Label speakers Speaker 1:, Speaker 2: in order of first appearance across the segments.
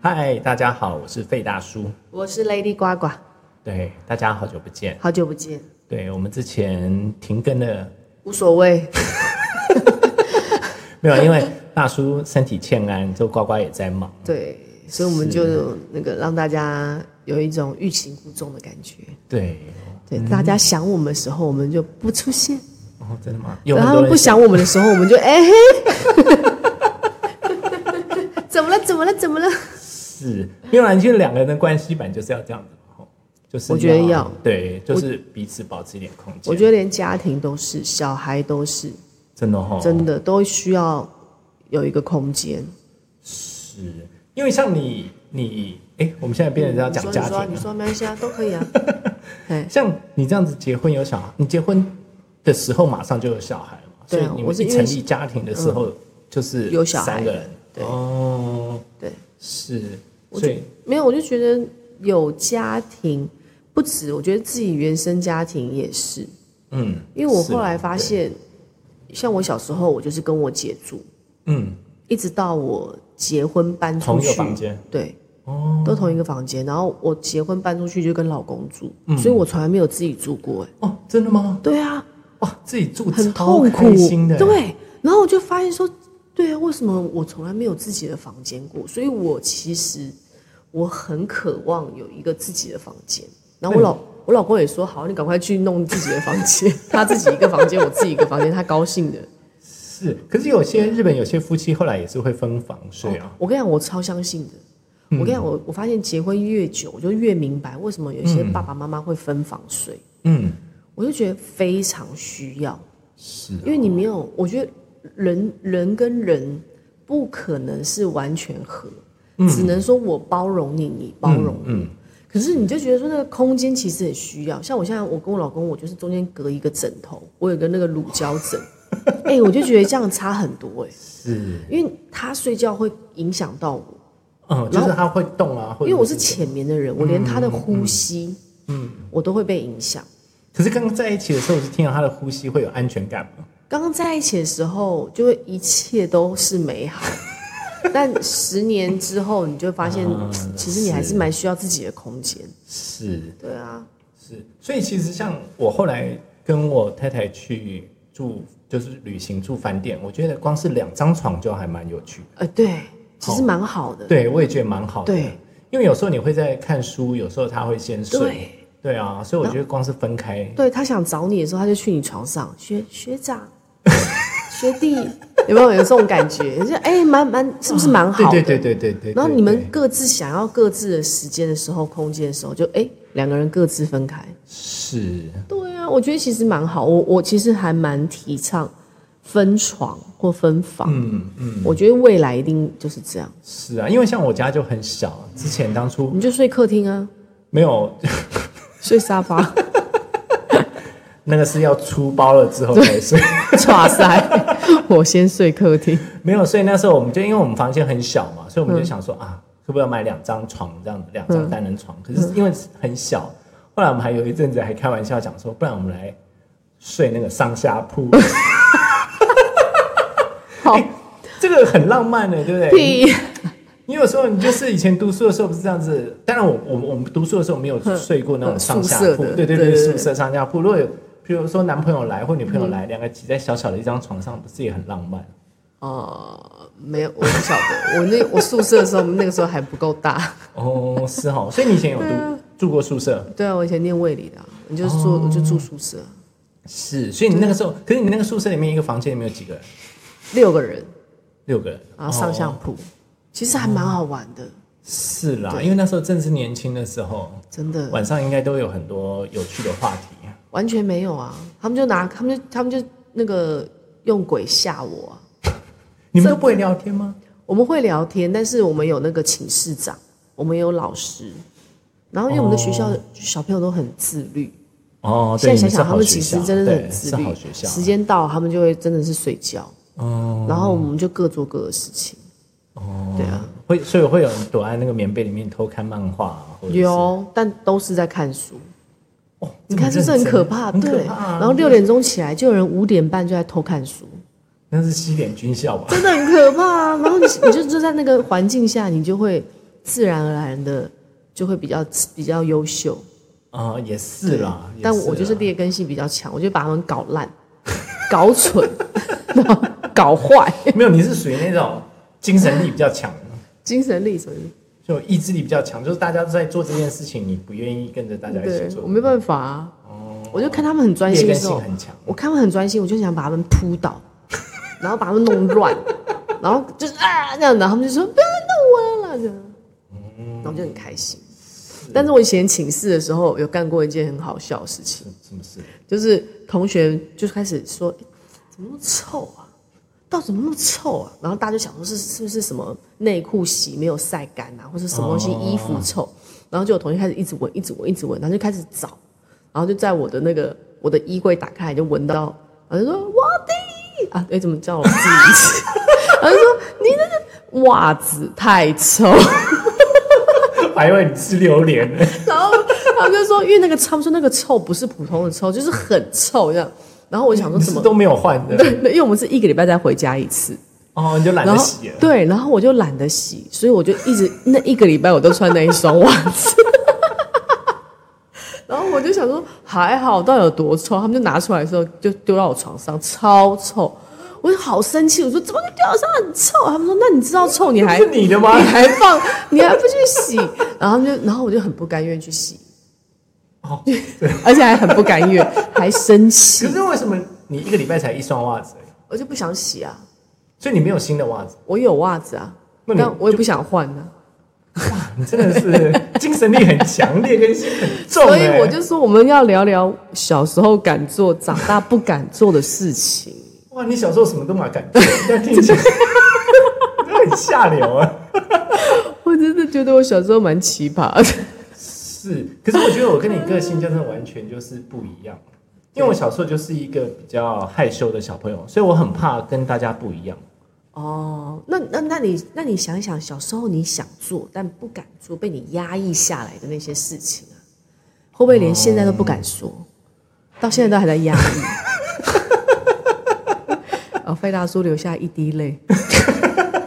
Speaker 1: 嗨，大家好，我是费大叔。
Speaker 2: 我是 Lady 呱呱，
Speaker 1: 对，大家好久不见。
Speaker 2: 好久不见，
Speaker 1: 对我们之前停更了，
Speaker 2: 无所谓。
Speaker 1: 没 有，因为大叔身体欠安，就呱呱也在忙。
Speaker 2: 对，所以我们就那个让大家有一种欲擒故纵的感觉。
Speaker 1: 对，
Speaker 2: 对，
Speaker 1: 嗯
Speaker 2: 大家想我们的时候，我们就不出现；
Speaker 1: 哦，真的吗？有
Speaker 2: 然
Speaker 1: 很
Speaker 2: 后他
Speaker 1: 多人
Speaker 2: 们不想我们的时候，我们就哎 嘿，怎么了？怎么了？怎么了？
Speaker 1: 是，因为其实两个人的关系本来就是要这样子嘛，吼就是
Speaker 2: 我觉得要
Speaker 1: 对，就是彼此保持一点空间。
Speaker 2: 我觉得连家庭都是，小孩都是，
Speaker 1: 真的哦哈，
Speaker 2: 真的都需要有一个空间。
Speaker 1: 是因为像你你哎、我们现在变成要
Speaker 2: 你
Speaker 1: 讲
Speaker 2: 说，
Speaker 1: 家
Speaker 2: 你
Speaker 1: 庭
Speaker 2: 说，
Speaker 1: 了
Speaker 2: 你。说，没关系啊，都可以啊。哎，
Speaker 1: 像你这样子结婚有小孩，你结婚的时候马上就有小孩了嘛，所
Speaker 2: 对啊
Speaker 1: 以你
Speaker 2: 我
Speaker 1: 们
Speaker 2: 是
Speaker 1: 一
Speaker 2: 因为
Speaker 1: 成立家庭的时候就是
Speaker 2: 有小孩
Speaker 1: 三个人，
Speaker 2: 对
Speaker 1: 哦，
Speaker 2: 对。
Speaker 1: 是，
Speaker 2: 我
Speaker 1: 所以
Speaker 2: 没有，我就觉得有家庭不止，我觉得自己原生家庭也是，
Speaker 1: 嗯，
Speaker 2: 因为我
Speaker 1: 是
Speaker 2: 后来发，现，像我小时候，我就是跟我姐住，
Speaker 1: 对嗯，
Speaker 2: 一直到我结婚搬出
Speaker 1: 同一
Speaker 2: 去
Speaker 1: 个，房间，
Speaker 2: 对，
Speaker 1: 哦
Speaker 2: 都同一个房间。然后我结婚搬出去就跟老公住，
Speaker 1: 嗯
Speaker 2: 所以我从来没有自己住过。哎，
Speaker 1: 哦，真的吗？
Speaker 2: 对啊，
Speaker 1: 哇，自己住
Speaker 2: 很
Speaker 1: 超
Speaker 2: 痛苦
Speaker 1: 开心，的，，欸
Speaker 2: 对。然后我就发现说，对啊，为什么我从来没有自己的房间过？所以我其实我很渴望有一个自己的房间。
Speaker 1: 嗯
Speaker 2: 然后我老我老公也说，好，你赶快去弄自己的房间， 他自己一个房间，我自己一个房间，他高兴的。
Speaker 1: 是。可是有些日本有些夫妻后来也是会分房睡啊，嗯
Speaker 2: 我跟你讲，我超相信的。我跟你讲，我我发现结婚越久，我就越明白为什么有一些爸爸妈妈会分房睡，
Speaker 1: 嗯，
Speaker 2: 我就觉得非常需要。
Speaker 1: 是啊
Speaker 2: 因为你没有，我觉得人人跟人不可能是完全和，
Speaker 1: 嗯
Speaker 2: 只能说我包容你，你包容我。可是你就觉得说那个空间其实很需要，像我现在我跟我老公，我就是中间隔一个枕头，我有个那个乳胶 枕，哎、我就觉得这样差很多哎、
Speaker 1: 是，
Speaker 2: 因为他睡觉会影响到我，
Speaker 1: 嗯，就是他会嗯动啊，或
Speaker 2: 因
Speaker 1: 者
Speaker 2: 为我
Speaker 1: 是
Speaker 2: 是浅眠的人，我连他的呼吸，嗯，我都会被影响。
Speaker 1: 可是刚刚在一起的时候，我是听到他的呼吸会有安全感吗？
Speaker 2: 刚刚在一起的时候，就会一切都是美 好，但十年之后，你就会发现，
Speaker 1: 啊
Speaker 2: 其实你还是蛮需要自己的空间。
Speaker 1: 是，
Speaker 2: 对啊，
Speaker 1: 是，所以其实像我后来跟我太太去住，就是旅行住饭店，我觉得光是两张床就还蛮有趣
Speaker 2: 呃，对，其实蛮好的。
Speaker 1: 的。对，我也觉得蛮好的。
Speaker 2: 对，
Speaker 1: 因为有时候你会在看书，有时候他会先睡。
Speaker 2: 对，
Speaker 1: 啊，所以我觉得光是分开，
Speaker 2: 对他想找你的时候，他就去你床上，学学长、 学弟，有没有有这种感觉？就哎，蛮蛮是不是蛮好的？
Speaker 1: 对对对对对对。
Speaker 2: 然后
Speaker 1: 对
Speaker 2: 你们
Speaker 1: 对
Speaker 2: 各自想要各自的时间的时候、空间的时候，就哎两个人各自分开。
Speaker 1: 是
Speaker 2: 对啊，我觉得其实蛮好。我我其实还蛮提倡分床或分房。嗯嗯，我觉得未来一定就是这样。
Speaker 1: 是啊，因为像我家就很小，之前当初
Speaker 2: 你就睡客厅啊，
Speaker 1: 没有
Speaker 2: 睡沙发，
Speaker 1: 那个是要出包了之后才睡。
Speaker 2: 哇塞！我先睡客厅。
Speaker 1: 没有，所以那时候我们就因为我们房间很小嘛，所以我
Speaker 2: 嗯
Speaker 1: 们就想说、啊，会不会要买两张床这样子，两张单人床？可是因为很小，后来我们还有一阵子还开玩笑讲说，不然我们来睡那个上下 铺，
Speaker 2: 好
Speaker 1: 哎这个很浪漫的，对不对？
Speaker 2: 屁！
Speaker 1: 你有时候你就是以前读书的时候不是这样子，当然我我们我们读书的时候没有睡过那种上下
Speaker 2: 嗯宿舍
Speaker 1: 铺，
Speaker 2: 的
Speaker 1: 对对
Speaker 2: 对
Speaker 1: 对，
Speaker 2: 对嗯对
Speaker 1: 宿舍上下铺。如果有比如说男朋友来或女朋友来，两个挤在小小的一张床上，不是也很浪漫？
Speaker 2: 哦、没有，我不晓得。我那我宿舍的时候，那个时候还不够大。
Speaker 1: 哦，是哈， 所以你以前有
Speaker 2: 嗯
Speaker 1: 读住过宿舍？
Speaker 2: 对啊，我以前念卫理的啊、你就住、
Speaker 1: 哦
Speaker 2: 我就住宿舍，
Speaker 1: 是，所以你那个时候，可是你那个宿舍里面一个房间里面有几个人？
Speaker 2: 六个人，
Speaker 1: 六个人
Speaker 2: 然后啊上下
Speaker 1: 哦
Speaker 2: 铺，其实还蛮好玩的，
Speaker 1: 是啦，因为那时候正是年轻的时候，
Speaker 2: 真的。
Speaker 1: 晚上应该都有很多有趣的话题。
Speaker 2: 完全没有啊，他们就拿，他们就他们就那个用鬼吓我、啊。
Speaker 1: 你们都不会聊天吗？
Speaker 2: 我们会聊天，但是我们有那个寝室长，我们有老师，然后因为我们的学校的小朋友都很自律，
Speaker 1: 哦，
Speaker 2: 现
Speaker 1: 对，
Speaker 2: 在想
Speaker 1: 你是
Speaker 2: 想他
Speaker 1: 好
Speaker 2: 们
Speaker 1: 学
Speaker 2: 其
Speaker 1: 校
Speaker 2: 实真的
Speaker 1: 对
Speaker 2: 很自
Speaker 1: 是
Speaker 2: 律
Speaker 1: 好学，校。啊
Speaker 2: 时间到他们就会真的是睡觉，
Speaker 1: 哦
Speaker 2: 然后我们就各做各的事情。
Speaker 1: 哦，
Speaker 2: 对啊，
Speaker 1: 会，所以会有人躲在那个棉被里面偷看漫画啊，或者是
Speaker 2: 有，但都是在看书。
Speaker 1: 哦，
Speaker 2: 你看，
Speaker 1: 这
Speaker 2: 这
Speaker 1: 么
Speaker 2: 是很
Speaker 1: 认真
Speaker 2: 可怕，
Speaker 1: 很
Speaker 2: 对。
Speaker 1: 可怕啊。
Speaker 2: 然后六点钟起来，就有人五点半就在偷看书。
Speaker 1: 那是西点军校吧？啊
Speaker 2: 真的很可怕、啊。然后你你就就在那个环境下，你就会自然而然的就会比较比较优秀。
Speaker 1: 啊、也是啊啦。也
Speaker 2: 但我就是
Speaker 1: 啦
Speaker 2: 劣根性比较强，我就把他们搞烂、搞蠢、 然后搞坏，
Speaker 1: 没有，你是属于那种精神力比较强，
Speaker 2: 精神力什么的。
Speaker 1: 就意志力比较强，就是大家都在做这件事情，你不愿意跟着大家一起
Speaker 2: 对，
Speaker 1: 做，哦
Speaker 2: 我没办法、啊，我就看他们很专
Speaker 1: 劣
Speaker 2: 心的
Speaker 1: 根
Speaker 2: 时
Speaker 1: 性
Speaker 2: 候，
Speaker 1: 很强。
Speaker 2: 我看他们很专心，我就想把他们扑倒，然后把他们弄乱，然后就是啊这样，然后他们就说不要弄我了这样，
Speaker 1: 嗯
Speaker 2: 然后我就很开心。但是我以前寝室的时候有干过一件很好笑的事情，
Speaker 1: 什么事？
Speaker 2: 就是同学就开始说，诶怎么那么臭啊？到底怎么那么臭啊？然后大家就想说是是不是什么内裤洗没有晒干啊，或者什么东西
Speaker 1: 哦
Speaker 2: 衣服臭？然后就有同学开始一直闻，一直闻，一直闻，然后就开始找，然后就在我的那个我的衣柜打开来就闻到，然后就说我的啊，哎怎么叫我自己？然后就说你那个袜子太臭，
Speaker 1: 还以为你吃榴莲呢。
Speaker 2: 然后他们就说因为那个他们说那个臭不是普通的臭，就是很臭这样。然后我想说
Speaker 1: 你
Speaker 2: 怎
Speaker 1: 是
Speaker 2: 么
Speaker 1: 都没有换 的
Speaker 2: 对，因为我们是一个礼拜再回家一次，
Speaker 1: 哦，你就懒
Speaker 2: 然
Speaker 1: 得
Speaker 2: 后
Speaker 1: 洗了。
Speaker 2: 对，然后我就懒得洗，所以我就一直那一个礼拜我都穿那一双袜子。 然后我就想说还好，到底有多臭？他们就拿出来的时候就丢到我床上，超臭。我就好生气，我说怎么你丢我身上很臭？他们说那你知道臭你还
Speaker 1: 是你的吗
Speaker 2: 你还放你还不去洗？然后他们就然后我就很不甘愿去洗，
Speaker 1: 哦，
Speaker 2: 而且还很不甘愿，还生气
Speaker 1: 可，是为什么你一个礼拜才一双袜子而已？
Speaker 2: 我就不想洗啊。
Speaker 1: 所以你没有新的袜子，
Speaker 2: 我有袜子啊，
Speaker 1: 那你
Speaker 2: 但我也不想换啊呢、
Speaker 1: 你真的 是精神力很强，劣根性很重、
Speaker 2: 所
Speaker 1: 欸。
Speaker 2: 以我就说我们要聊聊小时候敢做、长大不敢做的事情。
Speaker 1: 哇，你小时候什么都蛮敢做，但听起来真的很下流啊。
Speaker 2: 我真的觉得我小时候蛮奇葩的。
Speaker 1: 是，可是我觉得我跟你个性真的完全就是不一样，
Speaker 2: 嗯
Speaker 1: 因为我小时候就是一个比较害羞的小朋友，所以我很怕跟大家不一样。
Speaker 2: 哦， 那那那你那你想一想，小时候你想做但不敢做，被你压抑下来的那些事情啊，会不会连现在都不敢说？到现在都还在压抑。 哦，费大叔流下一滴泪。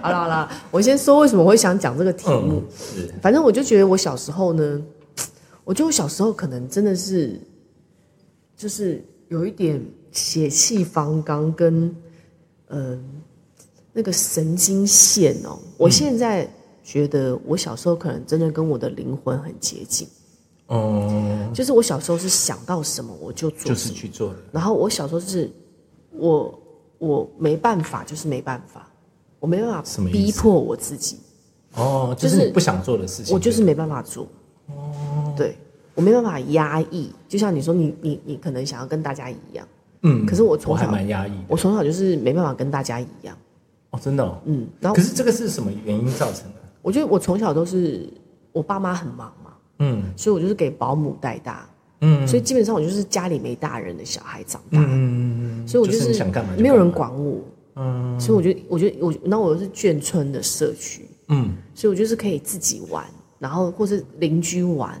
Speaker 2: 好了好了，我先说为什么我会想讲这个题目。
Speaker 1: 嗯，是，
Speaker 2: 反正我就觉得我小时候呢，我觉得我小时候可能真的是，就是有一点血气方刚跟，嗯、那个神经线哦。我现在觉得我小时候可能真的跟我的灵魂很接近，
Speaker 1: 嗯，
Speaker 2: 就是我小时候是想到什么我哦就做什
Speaker 1: 就
Speaker 2: 么，
Speaker 1: 是去做的。
Speaker 2: 然后我小时候是，我我没办法，就是没办法，我没办法
Speaker 1: 什么意
Speaker 2: 逼
Speaker 1: 思
Speaker 2: 迫我自己。
Speaker 1: 哦，就
Speaker 2: 就是
Speaker 1: 是你不想做的事情。
Speaker 2: 我就是没办法做。对，我没办法压抑。就像你说，你你你可能想要跟大家一样，
Speaker 1: 嗯，
Speaker 2: 可是我
Speaker 1: 我
Speaker 2: 从
Speaker 1: 还
Speaker 2: 小
Speaker 1: 蛮压抑的。
Speaker 2: 我从小就是没办法跟大家一样。
Speaker 1: 哦，真的、哦。
Speaker 2: 嗯，然后
Speaker 1: 可是这个是什么原因造成的？
Speaker 2: 我觉得我从小都是我爸妈很忙嘛，
Speaker 1: 嗯
Speaker 2: 所以我就是给保姆带大，
Speaker 1: 嗯
Speaker 2: 所以基本上我就是家里没大人的小孩长大，
Speaker 1: 嗯，
Speaker 2: 所以我
Speaker 1: 就是
Speaker 2: 是
Speaker 1: 你想干嘛就干嘛
Speaker 2: 没有人管我，
Speaker 1: 嗯
Speaker 2: 所以我觉得我觉得我，然后我又是眷村的社区，
Speaker 1: 嗯，
Speaker 2: 所以我就是可以自己玩，然后或是邻居玩，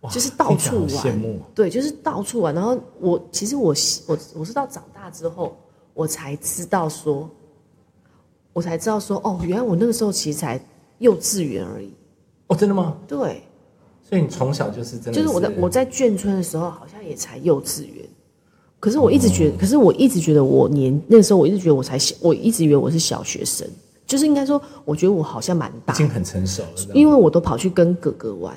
Speaker 1: 哇
Speaker 2: 就是到处
Speaker 1: 听起来好羡
Speaker 2: 玩
Speaker 1: 慕哦。
Speaker 2: 对，就是到处玩。然后我其实我喜我我是到长大之后，我才知道说，我才知道说，哦，原来我那个时候其实才幼稚园而已。
Speaker 1: 哦，真的吗？
Speaker 2: 对，
Speaker 1: 所以你从小就是真的
Speaker 2: 就是我在我在眷村的时候，好像也才幼稚园。可是我一直觉得，可是我一直觉得我年那时候，我一直觉得我才小，我一直以为我是小学生，就是应该说，我觉得我好像蛮
Speaker 1: 已
Speaker 2: 大
Speaker 1: 经很成熟了这样，
Speaker 2: 因为我都跑去跟哥哥玩，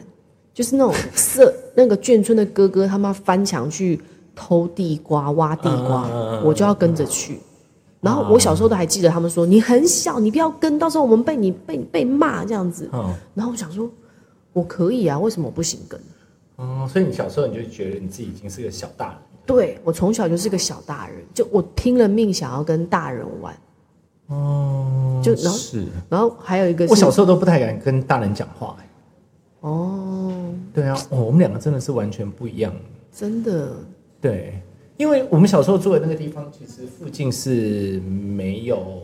Speaker 2: 就是那种社那个眷村的哥哥，他妈翻墙去偷地瓜、挖地瓜，
Speaker 1: 嗯嗯嗯嗯
Speaker 2: 我就要跟着去。然后我小时候都还记得他们说：“你很小，你不要跟，到时候我们被你被被骂这样子。
Speaker 1: 嗯”
Speaker 2: 然后我想说，我可以啊，为什么我不行跟？
Speaker 1: 哦，所以你小时候你就觉得你自己已经是个小大人。
Speaker 2: 对我从小就是个小大人，就我拼了命想要跟大人玩。
Speaker 1: 哦
Speaker 2: 就然后
Speaker 1: 是
Speaker 2: 然后还有一个是
Speaker 1: 我小时候都不太敢跟大人讲话、欸
Speaker 2: 哦，
Speaker 1: 对啊，哦，我们两个真的是完全不一样。
Speaker 2: 真的
Speaker 1: 对，因为我们小时候住的那个地方，其实附近是没有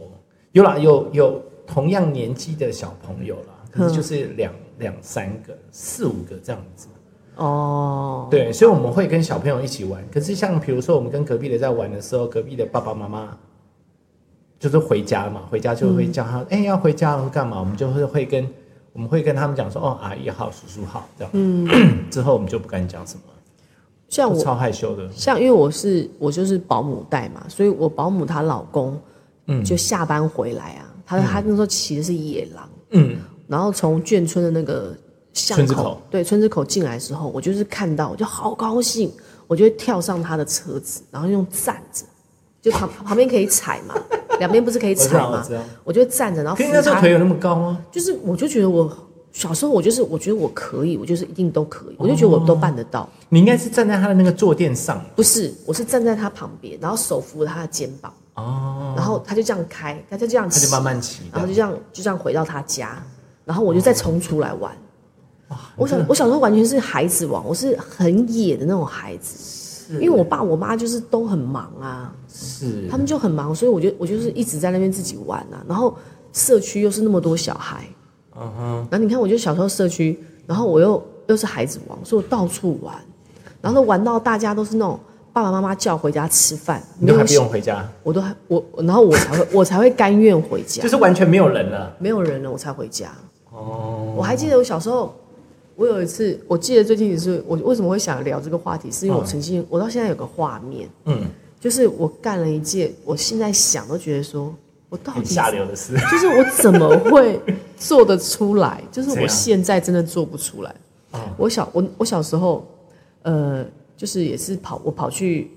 Speaker 1: 有啦，有有同样年纪的小朋友啦，可是就是两两三个、四五个这样子。
Speaker 2: 哦，
Speaker 1: 对，所以我们会跟小朋友一起玩。可是像比如说我们跟隔壁的在玩的时候，隔壁的爸爸妈妈就是回家嘛，回家就会叫
Speaker 2: 嗯
Speaker 1: 他，哎、要回家了或干嘛，我们就会会跟我们会跟他们讲说，哦，阿姨好，叔叔好，这样。嗯， 之后我们就不敢讲什么，
Speaker 2: 像
Speaker 1: 就
Speaker 2: 我
Speaker 1: 超害羞的。
Speaker 2: 像因为我是我就是保姆带嘛，所以我保姆她老公，嗯，就下班回来啊，他他那时候骑的是野狼，
Speaker 1: 嗯，
Speaker 2: 然后从眷村的那个巷
Speaker 1: 村子
Speaker 2: 口，
Speaker 1: 口
Speaker 2: 对村子口进来的时候，我就是看到，我就好高兴，我就会跳上他的车子，然后用站着，就旁旁边可以踩 嘛，两边不是可以
Speaker 1: 我知
Speaker 2: 踩
Speaker 1: 道，我
Speaker 2: 嘛
Speaker 1: 知，道。
Speaker 2: 我就站着，然后
Speaker 1: 可
Speaker 2: 扶
Speaker 1: 是那时候
Speaker 2: 他
Speaker 1: 腿，有那么高吗？
Speaker 2: 就是我就觉得我小时候我就是我觉得我可以，我就是一定都
Speaker 1: 哦
Speaker 2: 可以，我就觉得我都办得到。
Speaker 1: 你应该是站在他的那个坐垫上
Speaker 2: 不是，我是站在他旁边，然后手扶着他的肩膀，
Speaker 1: 哦，
Speaker 2: 然后他就这样开，他就这样
Speaker 1: 他
Speaker 2: 骑，
Speaker 1: 就慢慢骑这
Speaker 2: 然
Speaker 1: 样。哦
Speaker 2: 后就这样就这样回到他家，然后我就再冲出来玩。
Speaker 1: 哇
Speaker 2: 我小我小时候完全是孩子王，我是很野的那种孩子，因为我爸我妈就是都很忙啊，
Speaker 1: 是
Speaker 2: 他们就很忙，所以我就我就是一直在那边自己玩啊。然后社区又是那么多小孩，
Speaker 1: 嗯哼，
Speaker 2: 然后你看，我就小时候社区，然后我又又是孩子王，所以我到处玩，然后都玩到大家都是那种爸爸妈妈叫回家吃饭，
Speaker 1: 你
Speaker 2: 没
Speaker 1: 就还
Speaker 2: 有
Speaker 1: 不
Speaker 2: 小
Speaker 1: 用回家，
Speaker 2: 我都还我，我然后我才会我才会甘愿回家
Speaker 1: 就，是完全没有人了。
Speaker 2: 没有人了我才回家。
Speaker 1: 哦，
Speaker 2: 我还记得我小时候，我有一次，我记得最近也是我为什么会想聊这个话题，是因为我曾经、我到现在有个画面，
Speaker 1: 嗯，
Speaker 2: 就是我干了一件我现在想都觉得说我到
Speaker 1: 很
Speaker 2: 底
Speaker 1: 下流的事。
Speaker 2: 就是我怎么会做得出来？就是
Speaker 1: 怎
Speaker 2: 我
Speaker 1: 样
Speaker 2: 现在真的做不出来。我小我我小时候，呃，就是也是跑我跑去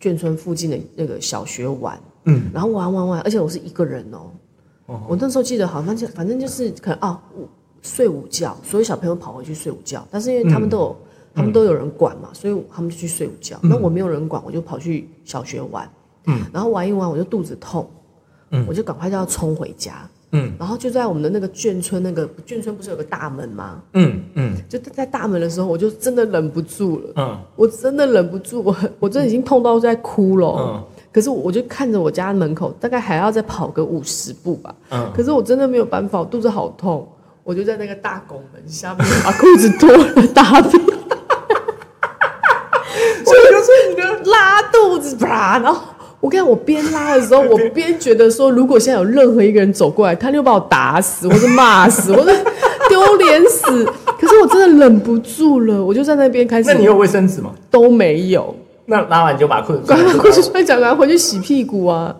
Speaker 2: 眷村附近的那个小学玩，嗯，然后玩玩玩，而且我是一个人哦。我那时候记得好像就反正就是可能啊，午睡午觉，所有小朋友跑回去睡午觉，但是因为他们都有、他们都有人管嘛，所以他们就去睡午觉。那我没有人管，我就跑去小学玩，嗯，然后玩一玩我就肚子痛，我就赶快就要冲回家。
Speaker 1: 嗯，
Speaker 2: 然后就在我们的那个眷村，那个眷村不是有个大门吗？
Speaker 1: 嗯嗯
Speaker 2: 就在大门的时候，我就真的忍不住了，
Speaker 1: 嗯
Speaker 2: 我真的忍不住，我我真的已经痛到在哭了。
Speaker 1: 嗯
Speaker 2: 可是我就看着我家门口，大概还要再跑个五十步吧。
Speaker 1: 嗯，
Speaker 2: 可是我真的没有办法，我肚子好痛，我就在那个大拱门下 面把裤子脱了大便，
Speaker 1: 所以就是你的
Speaker 2: 拉肚子啪，然后。我看我边拉的时候，我边觉得说，如果现在有任何一个人走过来，他就把我打死，或者骂死，或者丢脸死。可是我真的忍不住了，我就在那边开始
Speaker 1: 那你有卫生纸吗？
Speaker 2: 都没有，
Speaker 1: 那拉完就把 裤子
Speaker 2: 赶
Speaker 1: 穿上。
Speaker 2: 快过去摔跤，赶快回去洗屁股啊！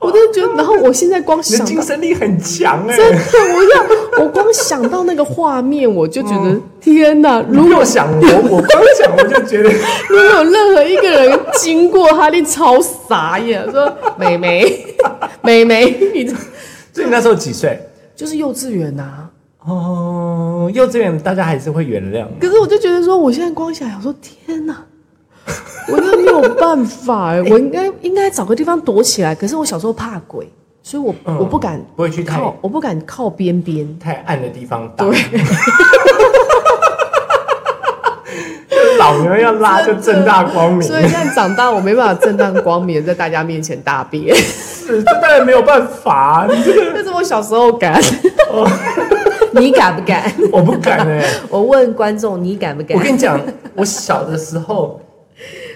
Speaker 2: 我都觉得，然后我现在光
Speaker 1: 你的
Speaker 2: 想
Speaker 1: 精
Speaker 2: 到，
Speaker 1: 神力很强哎、
Speaker 2: 真的，我要我光想到那个画面，我就觉得、天哪！如
Speaker 1: 你又想我，我光想我就觉得，
Speaker 2: 如果有任何一个人经过，他一定超傻眼，说：“美眉，美眉，你这
Speaker 1: 所以你那时候几岁？
Speaker 2: 就是幼稚园呐、
Speaker 1: 哦，幼稚园大家还是会原谅。
Speaker 2: 可是我就觉得说，我现在光想，我说天哪，我真的没有办法哎、我应该应该找个地方躲起来。可是我小时候怕鬼，所以我、
Speaker 1: 嗯
Speaker 2: 我不敢
Speaker 1: 不会去太
Speaker 2: 靠，我不敢靠边边。
Speaker 1: 太暗的地方打。就是老牛要拉就正大光明，
Speaker 2: 所以现在长大，我没办法正大光明地在大家面前大 便，
Speaker 1: 是这当然没有办法、你这个
Speaker 2: 这是我小时候敢。哦你敢不敢？
Speaker 1: 我不敢哎、
Speaker 2: 我问观众，你敢不
Speaker 1: 我
Speaker 2: 敢？
Speaker 1: 跟你讲，我小的时候，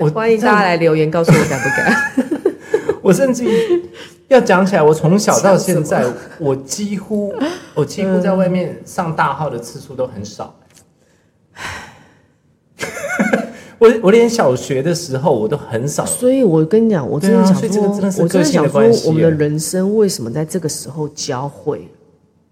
Speaker 1: 我
Speaker 2: 欢迎大家来留言告诉我敢不敢。
Speaker 1: 我甚至于要讲起来，我从小到现在，我几乎我几乎在外面上大号的次数都很 少。我我连小学的时候我都很少，
Speaker 2: 所以，我跟你讲，我真的
Speaker 1: 对啊
Speaker 2: 想
Speaker 1: 所以
Speaker 2: 说，
Speaker 1: 这个真的是
Speaker 2: 我真
Speaker 1: 个
Speaker 2: 的
Speaker 1: 性
Speaker 2: 想
Speaker 1: 的
Speaker 2: 说
Speaker 1: 关系，耶
Speaker 2: 我们的人生为什么在这个时候交汇？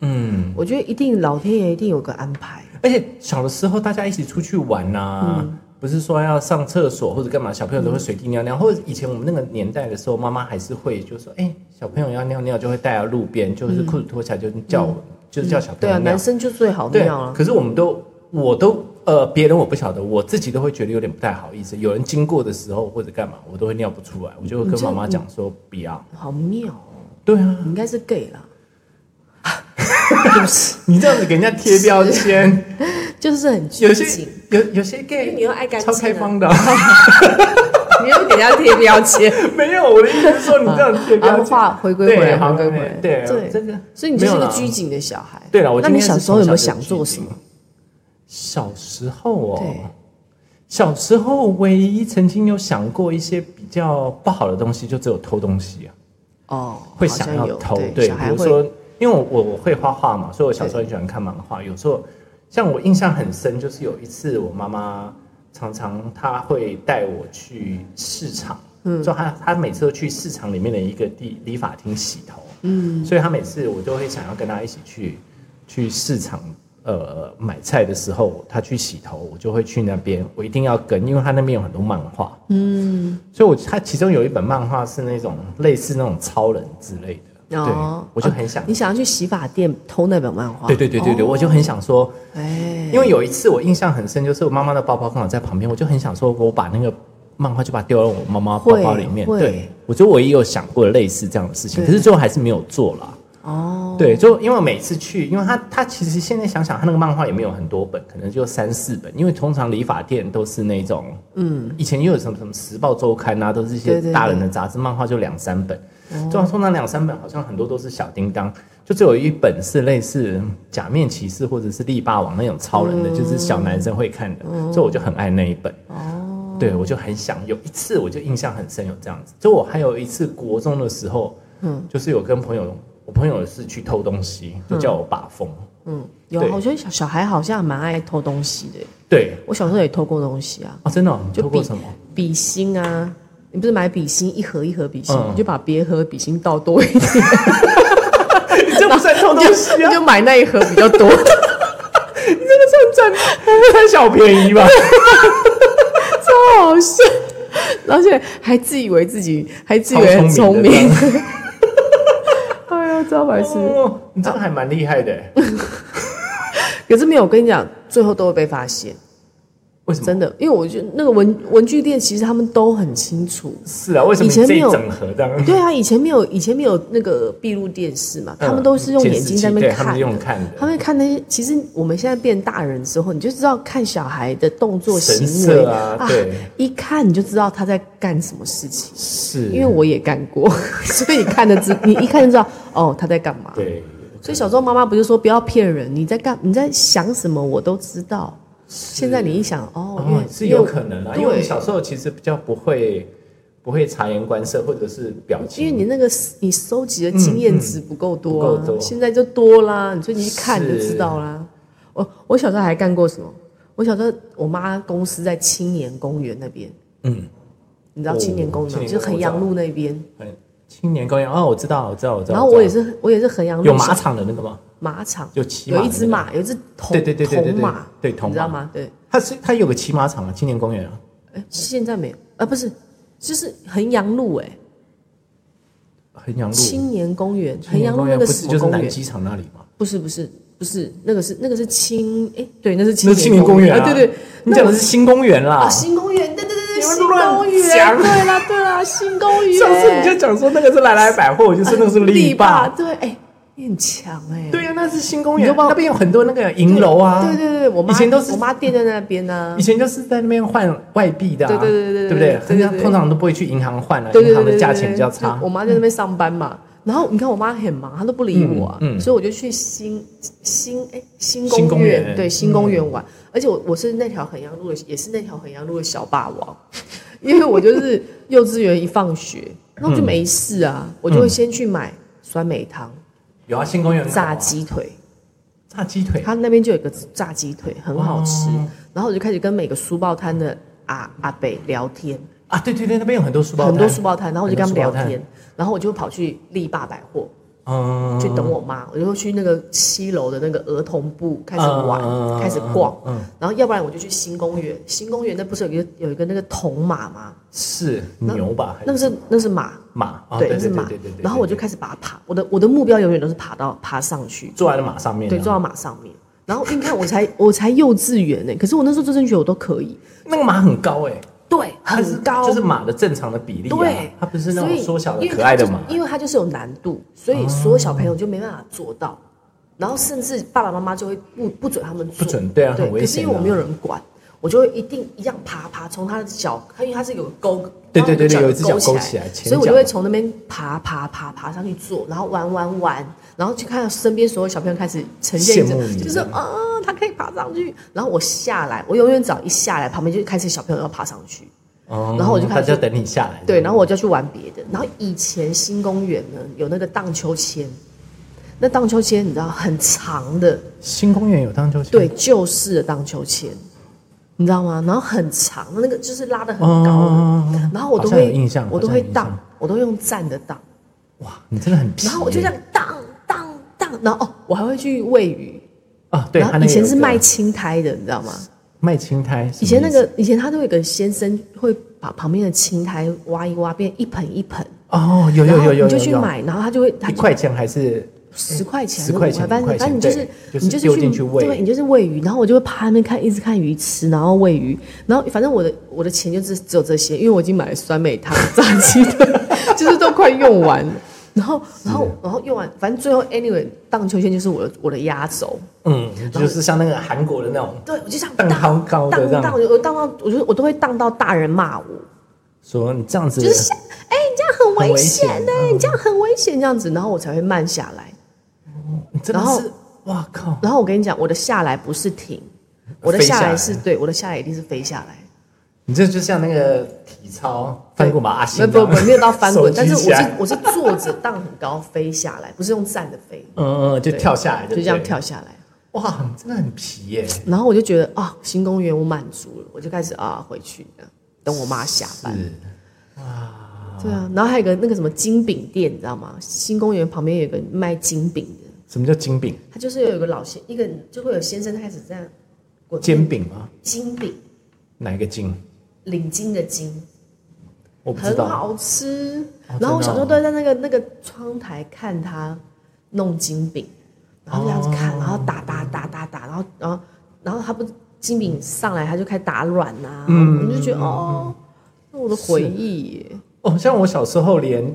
Speaker 1: 嗯，
Speaker 2: 我觉得一定老天爷一定有个安排。
Speaker 1: 而且小的时候大家一起出去玩呐、
Speaker 2: 嗯
Speaker 1: 不是说要上厕所或者干嘛，小朋友都会随地尿尿，或者以前我们那个年代的时候，妈妈还是会就说，哎、小朋友要尿尿就会带到路边，就是裤子脱起来就叫我，就是叫小朋
Speaker 2: 嗯对
Speaker 1: 友
Speaker 2: 啊，
Speaker 1: 尿
Speaker 2: 男。生就最好
Speaker 1: 对
Speaker 2: 尿，啊。
Speaker 1: 可是我们都，我都，呃，别人我不晓得，我自己都会觉得有点不太好意思。有人经过的时候或者干嘛，我都会尿不出来，
Speaker 2: 嗯
Speaker 1: 我就会跟妈妈讲说不要。
Speaker 2: 好妙哦，
Speaker 1: 对啊，
Speaker 2: 你应该是 gay 啦。 对不起，
Speaker 1: 你这样子给人家贴标签，
Speaker 2: 就是很
Speaker 1: 有
Speaker 2: 拘
Speaker 1: 些
Speaker 2: 谨，
Speaker 1: 有有些
Speaker 2: 因
Speaker 1: gay
Speaker 2: 为你又爱干净
Speaker 1: 超
Speaker 2: 啊
Speaker 1: 开放的，
Speaker 2: 你又给人家贴标签。
Speaker 1: 没有我的意思是说你这样贴标
Speaker 2: 啊，
Speaker 1: 签。
Speaker 2: 话回归
Speaker 1: 对
Speaker 2: 回来，
Speaker 1: 好
Speaker 2: 回归回来，
Speaker 1: 对
Speaker 2: 对，
Speaker 1: 真的
Speaker 2: 所以你就是
Speaker 1: 没
Speaker 2: 一
Speaker 1: 有
Speaker 2: 个
Speaker 1: 啦
Speaker 2: 拘谨的小孩。
Speaker 1: 对了，我
Speaker 2: 那
Speaker 1: 今
Speaker 2: 你
Speaker 1: 天
Speaker 2: 小
Speaker 1: 是
Speaker 2: 时候有没有
Speaker 1: 从小
Speaker 2: 想
Speaker 1: 就
Speaker 2: 做
Speaker 1: 拘
Speaker 2: 什
Speaker 1: 谨
Speaker 2: 么？？
Speaker 1: 小时候哦
Speaker 2: 对，
Speaker 1: 小时候唯一曾经有想过一些比较不好的东西，就只有偷东西啊。
Speaker 2: 哦，
Speaker 1: 会
Speaker 2: 好
Speaker 1: 想
Speaker 2: 像
Speaker 1: 要
Speaker 2: 有
Speaker 1: 投，
Speaker 2: 对，
Speaker 1: 对，
Speaker 2: 小
Speaker 1: 比
Speaker 2: 孩
Speaker 1: 如
Speaker 2: 会
Speaker 1: 说，因为我我我会画画嘛，所以我小时候很喜欢看漫画。有时候，像我印象很深，就是有一次我妈妈常常她会带我去市场，嗯，就她她每次都去市场里面的一个地理发厅洗头，嗯，所以她每次我就会想要跟她一起去去市场。呃，买菜的时候，她去洗头，我就会去那边，我一定要跟，因为她那边有很多漫画，
Speaker 2: 嗯
Speaker 1: 所以我他其中有一本漫画是那种类似那种超人之类的，
Speaker 2: 哦
Speaker 1: 对，我就很想，
Speaker 2: 你想要去洗发店偷那本漫画？哦
Speaker 1: 对对对对对，我就很想说，
Speaker 2: 哎，
Speaker 1: 因为有一次我印象很深，就是我妈妈的包包刚好在旁边，我就很想说，我把那个漫画就把它丢到我妈妈包包里面。
Speaker 2: 会
Speaker 1: 对
Speaker 2: 会，
Speaker 1: 我觉得我也有想过类似这样的事情，
Speaker 2: 对
Speaker 1: 可是最后还是没有做啦。
Speaker 2: 哦，
Speaker 1: 对，就因为我每次去，因为他他其实现在想想，他那个漫画也没有很多本，可能就三四本，因为通常理发店都是那种，嗯，以前也有什么什么《时报周刊》啊，都是一
Speaker 2: 对
Speaker 1: 些
Speaker 2: 对
Speaker 1: 大
Speaker 2: 对哦
Speaker 1: 人的杂志，漫画就两三本，就通常两三本好像很多都是小叮当，就只有一本是类似假面骑士或者是力霸王那种超人的，就是
Speaker 2: 嗯
Speaker 1: 小男生会看的，
Speaker 2: 哦
Speaker 1: 所以我就很爱那一本。对，
Speaker 2: 嗯
Speaker 1: 我就很想有一次，我就印象很深，有这样子。就我还有一次国中的时候，嗯，就是有跟朋友，我朋友是去偷东西，就叫我把风。
Speaker 2: 嗯，有啊
Speaker 1: 对，
Speaker 2: 我觉得小小孩好像蛮爱偷东西的。
Speaker 1: 对，
Speaker 2: 我小时候也偷过东西啊，
Speaker 1: 哦，真的、哦，你
Speaker 2: 就
Speaker 1: 偷过
Speaker 2: 比
Speaker 1: 什么？
Speaker 2: 笔芯啊，你不是买笔芯一盒一盒笔芯，
Speaker 1: 嗯
Speaker 2: 你就把别盒笔芯倒 多一点，
Speaker 1: 你这不算偷东西
Speaker 2: 你
Speaker 1: 啊，
Speaker 2: 就买那一盒比较 多，
Speaker 1: 你这个算占占小便宜吧？
Speaker 2: 超好笑。 而且还自以为自己，还自以为很
Speaker 1: 超
Speaker 2: 聪
Speaker 1: 聪
Speaker 2: 明
Speaker 1: 明的，
Speaker 2: 哎呀，超白痴！
Speaker 1: 哦，你这个还蛮厉害的欸，
Speaker 2: 可是没有，我跟你讲，最后都会被发现，
Speaker 1: 为什么？
Speaker 2: 真的。因为我觉得那个文文具店，其实他们都很清楚，
Speaker 1: 是啊，为什么
Speaker 2: 以前
Speaker 1: 你这
Speaker 2: 没
Speaker 1: 一
Speaker 2: 有
Speaker 1: 整盒这样？
Speaker 2: 对啊，以前没有，以前没有那个闭路电视嘛，他
Speaker 1: 嗯
Speaker 2: 们都是用
Speaker 1: 监
Speaker 2: 眼
Speaker 1: 视
Speaker 2: 睛在那
Speaker 1: 器嗯
Speaker 2: 边
Speaker 1: 对他们
Speaker 2: 看
Speaker 1: 是
Speaker 2: 的
Speaker 1: 用看的
Speaker 2: 他们看那些。其实我们现在变大人之后，你就知道看小孩的动作
Speaker 1: 神
Speaker 2: 行为
Speaker 1: 色啊对
Speaker 2: 一看你就知道他在干什么事情。
Speaker 1: 是，
Speaker 2: 因为我也干过， 所以你看得 知，你一看就知道哦他在干嘛。
Speaker 1: 对，
Speaker 2: 所以小时候妈妈不就说不要骗人，你在干你在想什么我都知道。现在你一想哦，因
Speaker 1: 哦
Speaker 2: 为，
Speaker 1: 是有可能啊，因为我
Speaker 2: 对
Speaker 1: 们小时候其实比较不会不会察言观色，或者是表情，
Speaker 2: 因为你那个你收集的经验值不够多、啊
Speaker 1: 嗯嗯不够多
Speaker 2: 现在就多啦，你所以你一看你就是知道啦。我我小时候还干过什么？我小时候我妈公司在青年公园那边，
Speaker 1: 嗯，
Speaker 2: 你知道青年公园吗、
Speaker 1: 哦
Speaker 2: 就是衡阳路那边，
Speaker 1: 很青年公园哦，我知道，我知道，我知道。
Speaker 2: 然后
Speaker 1: 知道
Speaker 2: 我也是我也是衡阳路
Speaker 1: 有马场的那个吗？
Speaker 2: 马场，
Speaker 1: 有骑马的
Speaker 2: 有
Speaker 1: 那
Speaker 2: 一
Speaker 1: 个
Speaker 2: 只，马，有一只铜
Speaker 1: 对对对对对
Speaker 2: 铜
Speaker 1: 对
Speaker 2: 马，
Speaker 1: 对铜
Speaker 2: 你知道
Speaker 1: 马
Speaker 2: 吗？对，
Speaker 1: 它是它有个骑马场啊，青年公园啊，
Speaker 2: 哎，现在没有啊，不是，就是衡阳路哎、
Speaker 1: 衡阳路。
Speaker 2: 青年公园，衡
Speaker 1: 青年
Speaker 2: 阳路
Speaker 1: 公
Speaker 2: 那
Speaker 1: 园
Speaker 2: 个
Speaker 1: 不
Speaker 2: 什
Speaker 1: 是
Speaker 2: 么
Speaker 1: 就是
Speaker 2: 公
Speaker 1: 南
Speaker 2: 园？
Speaker 1: 机场那里吗？
Speaker 2: 不是不是不是，那个是那个是青哎、对，那是青
Speaker 1: 那是青年公园
Speaker 2: 啊，对对，
Speaker 1: 你讲的是新公园啦
Speaker 2: 啊，。新公园，对对对对，
Speaker 1: 你们
Speaker 2: 新公园，
Speaker 1: 乱讲
Speaker 2: 对啦对啦，新公园。啊
Speaker 1: 上次你就讲说那个是来来百货，我就说那个是力
Speaker 2: 霸，
Speaker 1: 霸。
Speaker 2: 对，哎，你很强哎。
Speaker 1: 对啊，那是新公
Speaker 2: 你
Speaker 1: 园，
Speaker 2: 就帮我
Speaker 1: 那边有很多那个银楼啊。
Speaker 2: 对对对，我妈
Speaker 1: 以前都是
Speaker 2: 我妈店在那边啊呢
Speaker 1: 以。前就是在那边换外币的啊，
Speaker 2: 对对
Speaker 1: 对
Speaker 2: 对对对
Speaker 1: 不对？
Speaker 2: 对对对
Speaker 1: 人家通常都不会去银行换啊，
Speaker 2: 对对
Speaker 1: 银
Speaker 2: 对
Speaker 1: 行的
Speaker 2: 对，
Speaker 1: 价钱比较
Speaker 2: 对对
Speaker 1: 差嗯
Speaker 2: 就。我妈在那边上班嘛，然后你看我妈很忙，她都不理我啊，
Speaker 1: 嗯嗯
Speaker 2: 所以我就去新新哎新
Speaker 1: 新
Speaker 2: 公
Speaker 1: 公
Speaker 2: 园
Speaker 1: 园嗯
Speaker 2: 对新公园玩，而且我我是那条衡阳路的，也是那条衡阳路的小霸王， 因为我就是幼稚园一放学，那我
Speaker 1: 嗯
Speaker 2: 就没事啊，我就会先去买酸梅汤、
Speaker 1: 有啊，新公园很好啊
Speaker 2: 炸鸡腿，
Speaker 1: 炸鸡腿，
Speaker 2: 他那边就有一个炸鸡腿很好吃，
Speaker 1: 哦
Speaker 2: 然后我就开始跟每个书报摊的阿阿北聊天。
Speaker 1: 啊，对对对，那边有很多书包摊，
Speaker 2: 很多书包摊，然后我就跟他们聊
Speaker 1: 很多书包
Speaker 2: 天，然后我就跑去力霸百货
Speaker 1: 嗯，
Speaker 2: 去等我妈，我就去那个七楼的那个儿童部开始玩，
Speaker 1: 嗯
Speaker 2: 开始逛，
Speaker 1: 嗯嗯
Speaker 2: 然后要不然我就去新公园，新公园那不是有一个有一个那个铜马吗？
Speaker 1: 是牛吧？
Speaker 2: 那是那是马，
Speaker 1: 马，哎哦
Speaker 2: 对，
Speaker 1: 对
Speaker 2: 那是马
Speaker 1: 对对对。对
Speaker 2: 然后我就开始把它爬，我的我的目标永远都是爬到爬上去，
Speaker 1: 坐在马上面，啊
Speaker 2: 对，坐到马上面。然后你看，我才我才幼稚园呢、可是我那时候真的觉得我都可以，
Speaker 1: 那个马很高哎，
Speaker 2: 对，
Speaker 1: 它是
Speaker 2: 很高，
Speaker 1: 就是马的正常的比例啊，
Speaker 2: 对，
Speaker 1: 它不是那
Speaker 2: 所以
Speaker 1: 种缩小的
Speaker 2: 因为
Speaker 1: 可爱的
Speaker 2: 它就
Speaker 1: 马，
Speaker 2: 因为它就是有难度，所以所有小朋友就没办法做到，然后甚至爸爸妈妈就会不不准他们
Speaker 1: 不
Speaker 2: 做，
Speaker 1: 准对啊
Speaker 2: 对，
Speaker 1: 很危
Speaker 2: 可是因为
Speaker 1: 险
Speaker 2: 我
Speaker 1: 啊
Speaker 2: 没有人管，我就会一定一样爬爬，从他的脚，它因为它是有个钩，
Speaker 1: 对对对对
Speaker 2: 然后
Speaker 1: 有一只脚
Speaker 2: 勾
Speaker 1: 勾起来前
Speaker 2: 所以我
Speaker 1: 脚
Speaker 2: 就会从那边爬爬爬爬上去坐，然后玩玩玩，然后就看到身边所有小朋友开始呈现一
Speaker 1: 羡慕
Speaker 2: 种，
Speaker 1: 你
Speaker 2: 就是
Speaker 1: 这
Speaker 2: 啊
Speaker 1: 样，
Speaker 2: 他可以爬上去，然后我下来，我永远只要一下来，旁边就开始小朋友要爬上去。
Speaker 1: 哦
Speaker 2: 然后我就开
Speaker 1: 大
Speaker 2: 始
Speaker 1: 家等你下来。嗯
Speaker 2: 对，然后我就去玩别的。然后以前新公园呢有那个荡秋千，那荡秋千你知道很长的，
Speaker 1: 新公园有荡秋千，
Speaker 2: 对，旧式的荡秋千，你知道吗？然后很长，那个就是拉的很
Speaker 1: 哦，
Speaker 2: 高的，
Speaker 1: 哦哦哦
Speaker 2: 然后我都
Speaker 1: 好像有
Speaker 2: 会
Speaker 1: 印象，
Speaker 2: 我都
Speaker 1: 好像
Speaker 2: 会
Speaker 1: 有印象
Speaker 2: 荡，我都用站的荡，
Speaker 1: 哇，你真的很皮耶。
Speaker 2: 然后我就这样荡荡荡，然后哦，我还会去喂鱼。
Speaker 1: 啊，对，
Speaker 2: 然
Speaker 1: 他那
Speaker 2: 后以
Speaker 1: 个
Speaker 2: 前
Speaker 1: 有
Speaker 2: 是
Speaker 1: 一个
Speaker 2: 卖青苔的，你知道吗？
Speaker 1: 卖青苔，什么
Speaker 2: 以前那
Speaker 1: 意思
Speaker 2: 个以前他都有一个先生会把旁边的青苔挖一挖，变一盆一盆，
Speaker 1: 哦，有有
Speaker 2: 然
Speaker 1: 有
Speaker 2: 后
Speaker 1: 有有，
Speaker 2: 你就去
Speaker 1: 有
Speaker 2: 买，然后他就会他
Speaker 1: 一块钱还是
Speaker 2: 十块钱还
Speaker 1: 十
Speaker 2: 是五
Speaker 1: 块
Speaker 2: 块，
Speaker 1: 钱
Speaker 2: 反
Speaker 1: 五块
Speaker 2: 正反正
Speaker 1: 钱对
Speaker 2: 你就是你
Speaker 1: 就是
Speaker 2: 去
Speaker 1: 丢进去喂
Speaker 2: 对，你就是喂鱼，然后我就会趴在那边看，一直看鱼吃，然后喂鱼，然后反正我的我的钱就是只有这些，因为我已经买了酸梅汤、炸鸡的， 就是都快用完了。然后，然后，然后用完，反正最后 anyway，荡秋千就是我的我的压轴。
Speaker 1: 嗯，就是像那个韩国的那种
Speaker 2: 对，我就想
Speaker 1: 蛋糕高的这样
Speaker 2: 荡荡，我我荡到，我就我都会荡到大人骂我，
Speaker 1: 说你这样子
Speaker 2: 就是像哎、你这样很
Speaker 1: 很
Speaker 2: 危
Speaker 1: 危险嗯
Speaker 2: 险呢、你这样很危险这样子，然后我才会慢下来。
Speaker 1: 你真的
Speaker 2: 然后
Speaker 1: 是哇靠，
Speaker 2: 然后我跟你讲，我的下来不是停，我的
Speaker 1: 飞下
Speaker 2: 下来
Speaker 1: 来
Speaker 2: 是对，我的下来一定是飞下来。
Speaker 1: 你这就像那个体操翻滚吧阿信
Speaker 2: 没
Speaker 1: 这样，
Speaker 2: 不不没有到翻滚，
Speaker 1: 手
Speaker 2: 但
Speaker 1: 举
Speaker 2: 是
Speaker 1: 起
Speaker 2: 我是
Speaker 1: 来
Speaker 2: 我是坐着荡很高飞下来，不是用站着飞，
Speaker 1: 嗯嗯嗯，就
Speaker 2: 对
Speaker 1: 跳下来，
Speaker 2: 就这样。跳下来。
Speaker 1: 哇，你真的很皮耶！
Speaker 2: 然后我就觉得啊，新公园我满足了，我就开始啊回去这样等我妈下班。
Speaker 1: 是
Speaker 2: 对啊，然后还有一个那个什么金饼店，你知道吗？新公园旁边有一个卖金饼的，
Speaker 1: 什么叫金饼？
Speaker 2: 他就是有一个老先，一个就会有先生开始这样滚
Speaker 1: 煎饼吗？
Speaker 2: 金饼，
Speaker 1: 哪一个金？
Speaker 2: 领巾的巾。
Speaker 1: 我不知
Speaker 2: 很
Speaker 1: 道。
Speaker 2: 好吃。
Speaker 1: 哦
Speaker 2: 然后我
Speaker 1: 真的
Speaker 2: 小
Speaker 1: 哦
Speaker 2: 时候都会在那个那个窗台看他弄金饼，然后这样子看，然后打打打打打，然后然后然后他不金饼上来他就开始打软啊，
Speaker 1: 嗯
Speaker 2: 我就觉得哦，那我的回忆耶，
Speaker 1: 哦，像我小时候连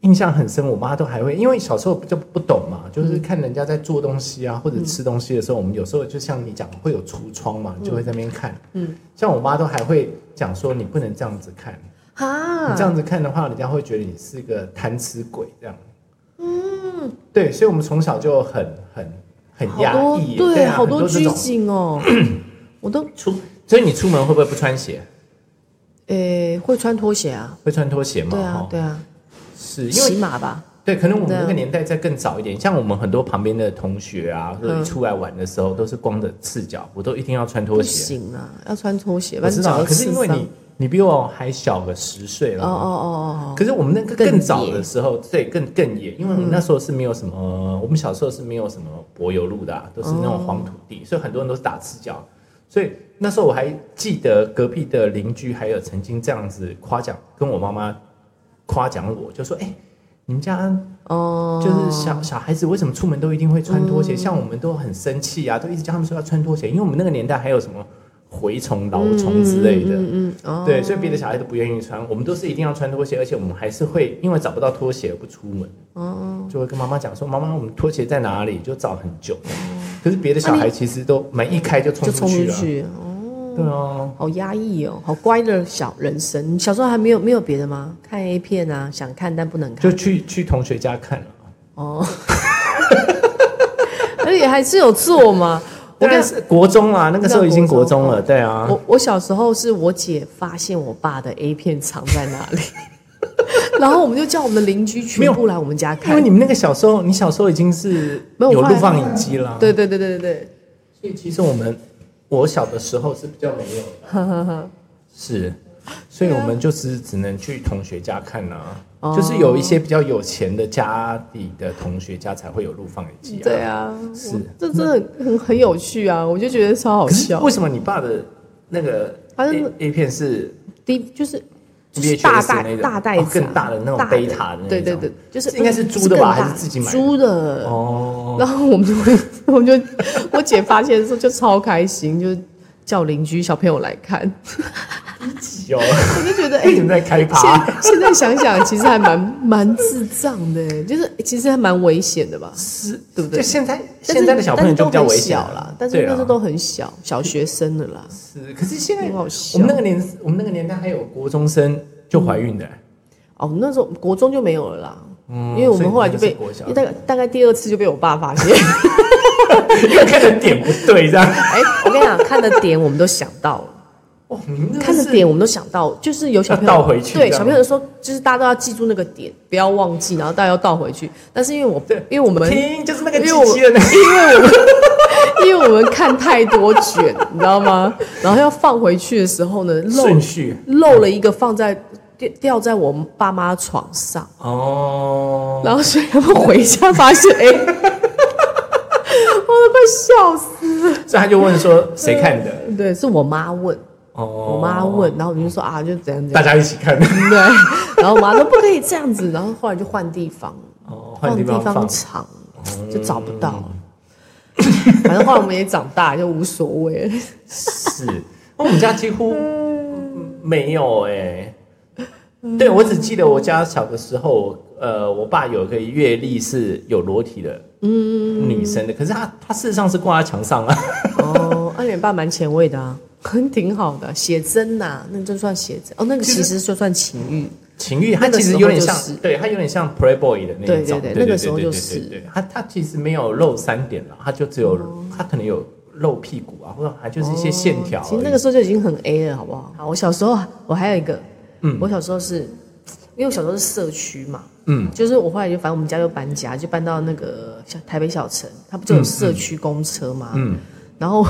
Speaker 1: 印象很深，我妈都还会，因为小时候就不懂嘛，
Speaker 2: 嗯
Speaker 1: 就是看人家在做东西啊，或者吃东西的时候，我们有时候就像你讲会有橱窗嘛，你就会在那边看。
Speaker 2: 嗯
Speaker 1: 像我妈都还会讲说，你不能这样子看，
Speaker 2: 哈，
Speaker 1: 你这样子看的话，人家会觉得你是个贪吃鬼这样。嗯，对，所以我们从小就很很很压
Speaker 2: 好多
Speaker 1: 抑，
Speaker 2: 对，
Speaker 1: 啊、
Speaker 2: 好
Speaker 1: 很多这
Speaker 2: 拘
Speaker 1: 种。
Speaker 2: 谨哦，我都
Speaker 1: 出，所以你出门会不会不穿鞋？
Speaker 2: 诶会穿拖鞋啊，
Speaker 1: 会穿拖鞋吗？
Speaker 2: 对
Speaker 1: 哈
Speaker 2: 啊对啊，
Speaker 1: 是哦因为
Speaker 2: 骑马吧，
Speaker 1: 对，可能我们
Speaker 2: 对啊
Speaker 1: 那个年代再更早一点，像我们很多旁边的同学啊，或
Speaker 2: 嗯
Speaker 1: 者一出来玩的时候，都是光着赤脚，我都一定要穿拖
Speaker 2: 不
Speaker 1: 鞋。
Speaker 2: 行啊，要穿拖鞋，
Speaker 1: 我
Speaker 2: 反
Speaker 1: 知
Speaker 2: 正
Speaker 1: 道，
Speaker 2: 脚
Speaker 1: 可是因为
Speaker 2: 刺伤
Speaker 1: 你呃你比我还小个十岁
Speaker 2: 哦
Speaker 1: 了
Speaker 2: 哦
Speaker 1: 嘛，
Speaker 2: 哦哦哦，
Speaker 1: 可是我们那个
Speaker 2: 更
Speaker 1: 更早
Speaker 2: 野嗯
Speaker 1: 的时候，对，更更野，因为我们那时候是没有什么，我们小时候是没有什么柏油路的、啊，都是那
Speaker 2: 哦
Speaker 1: 种黄土地，所以很多人都是打赤脚。所以那时候我还记得隔壁的邻居还有曾经这样子夸奖，跟我妈妈夸奖我，就说：“哎、你们家
Speaker 2: 哦嗯
Speaker 1: 就是小小孩子为什么出门都一定会穿拖鞋？像我们都很生气啊，都一直叫他们说要穿拖鞋，因为我们那个年代还有什么蛔虫、老虫之类的。
Speaker 2: 嗯嗯嗯哦，
Speaker 1: 对，所以别的小孩都不愿意穿，我们都是一定要穿拖鞋，而且我们还是会因为找不到拖鞋而不出门，
Speaker 2: 哦，
Speaker 1: 就会跟妈妈讲说：“妈妈，我们拖鞋在哪里？”就找很久。可是别的小孩其实都门一开就冲
Speaker 2: 哦就
Speaker 1: 出
Speaker 2: 冲
Speaker 1: 去
Speaker 2: 出
Speaker 1: 了。
Speaker 2: 去哦，
Speaker 1: 对啊，
Speaker 2: 好压抑哦，好乖的小人生。你小时候还没有没有别的吗？看 A 片啊，想看但不能
Speaker 1: 就
Speaker 2: 看
Speaker 1: 去去同学家看了。
Speaker 2: 哦， 而且还是有做嘛。我
Speaker 1: 当
Speaker 2: 跟
Speaker 1: 然是国中啊，那个时候已经国中了，对啊。
Speaker 2: 我我小时候是我姐发现我爸的 A 片藏在哪里， 然后我们就叫我们的邻居全部来我们家
Speaker 1: 因
Speaker 2: 看
Speaker 1: 为。你们那个小时候，你小时候已经是
Speaker 2: 没有
Speaker 1: 有
Speaker 2: 我后
Speaker 1: 录
Speaker 2: 来
Speaker 1: 放影机啦。
Speaker 2: 对对对对对对，
Speaker 1: 所以其实我们我小的时候是比较没有的， 是，所以我们就是只能去同学家看啊，
Speaker 2: 哦
Speaker 1: 就是有一些比较有钱的家里的同学家才会有录放映机啊。
Speaker 2: 对啊，
Speaker 1: 是
Speaker 2: 我这真的很很很有趣啊，我就觉得超好
Speaker 1: 可是
Speaker 2: 笑。
Speaker 1: 为什么你爸的那个
Speaker 2: 他是
Speaker 1: A, A 片是
Speaker 2: 第一就是就是
Speaker 1: VHS
Speaker 2: 大
Speaker 1: 那
Speaker 2: 袋
Speaker 1: 种
Speaker 2: 大袋
Speaker 1: 哦
Speaker 2: 子啊、
Speaker 1: 更大的那种
Speaker 2: 大的
Speaker 1: beta 的那种
Speaker 2: 对对对，就是嗯
Speaker 1: 应该是租的吧
Speaker 2: 更大
Speaker 1: 还是自己买的
Speaker 2: 租的？
Speaker 1: 哦？
Speaker 2: 然后我们就会，我们就我姐发现的时候就超开心，就叫邻居小朋友来看，
Speaker 1: 有，
Speaker 2: 我就觉得哎。
Speaker 1: 为什么在开趴？
Speaker 2: 现现在想想，其实还蛮蛮智障的，欸就是其实还蛮危险的吧？
Speaker 1: 是，
Speaker 2: 对不对
Speaker 1: 就现在
Speaker 2: 但是
Speaker 1: 现在的小朋友就比较危险啊
Speaker 2: 但是都很小啦，但是那时候都很小，小学生的啦。
Speaker 1: 是，可是现在
Speaker 2: 很
Speaker 1: 我
Speaker 2: 好
Speaker 1: 们
Speaker 2: 笑
Speaker 1: 那个年我们那个年代还有国中生就怀孕的、
Speaker 2: 哦，那时候国中就没有了啦，
Speaker 1: 嗯
Speaker 2: 因为我们后来就
Speaker 1: 所以
Speaker 2: 被
Speaker 1: 你那个是国小
Speaker 2: 大概大概第二次就被我爸发现。
Speaker 1: 因为看的点不对，这样。
Speaker 2: 哎，我跟你讲，看的点我们都想到了，
Speaker 1: 哦，你们真
Speaker 2: 看的
Speaker 1: 是
Speaker 2: 点我们都想到，就是有小朋友
Speaker 1: 要倒回去
Speaker 2: 对
Speaker 1: 这样
Speaker 2: 小朋友的时候，就是大家都要记住那个点，不要忘记，然后大家要倒回去。但是因为我
Speaker 1: 对，
Speaker 2: 因为我们
Speaker 1: 听就是那个
Speaker 2: 因
Speaker 1: 机
Speaker 2: 为我
Speaker 1: 器的那个，
Speaker 2: 因为我们看太多卷，你知道吗？然后要放回去的时候呢，漏
Speaker 1: 顺序
Speaker 2: 漏了一个放在掉掉在我们爸妈床上，
Speaker 1: 哦。
Speaker 2: 然后所以他们回家发现，哎、 我都快笑死。
Speaker 1: 所以他就问说谁看的？
Speaker 2: 对，是我妈问，
Speaker 1: 哦，
Speaker 2: 我妈问，然后我就说啊，就怎样怎
Speaker 1: 大
Speaker 2: 样，
Speaker 1: 家一起看的。
Speaker 2: 对，然后我妈说不可以这样子，然后后来就换地方，
Speaker 1: 哦，换
Speaker 2: 换
Speaker 1: 地
Speaker 2: 地
Speaker 1: 方
Speaker 2: 方
Speaker 1: 放。
Speaker 2: 藏，就找不到了。反正后来我们也长大，就无所谓了。
Speaker 1: 是，我们家几乎没有哎、对，我只记得我家小的时候，呃，我爸有一个月历是有裸体的，嗯，女生的，可是他他事实上是挂在墙上啊。
Speaker 2: 哦，二点半蛮前卫 的啊，挺好的。写真呐、那就算写真哦，那个
Speaker 1: 其实
Speaker 2: 其实就算 情欲，
Speaker 1: 情欲，它
Speaker 2: 那个
Speaker 1: 其实
Speaker 2: 时候
Speaker 1: 有点
Speaker 2: 就
Speaker 1: 像，
Speaker 2: 是
Speaker 1: 对，它有点像 Playboy 的那一
Speaker 2: 对
Speaker 1: 种，
Speaker 2: 对对
Speaker 1: 对
Speaker 2: 那个时候
Speaker 1: 对
Speaker 2: 就
Speaker 1: 对
Speaker 2: 是
Speaker 1: 对对它它其实没有露三点了，它就只有
Speaker 2: 哦
Speaker 1: 它可能有露屁股啊，或者还就是一些线条而已。
Speaker 2: 其实那个时候就已经很 A 了，好不好？好，我小时候我还有一个，
Speaker 1: 嗯
Speaker 2: 我小时候是因为我小时候是社区嘛，
Speaker 1: 嗯，
Speaker 2: 就是我后来就反正我们家就搬家，就搬到那个小台北小城，它不就有社区公车嘛，
Speaker 1: 嗯
Speaker 2: 然后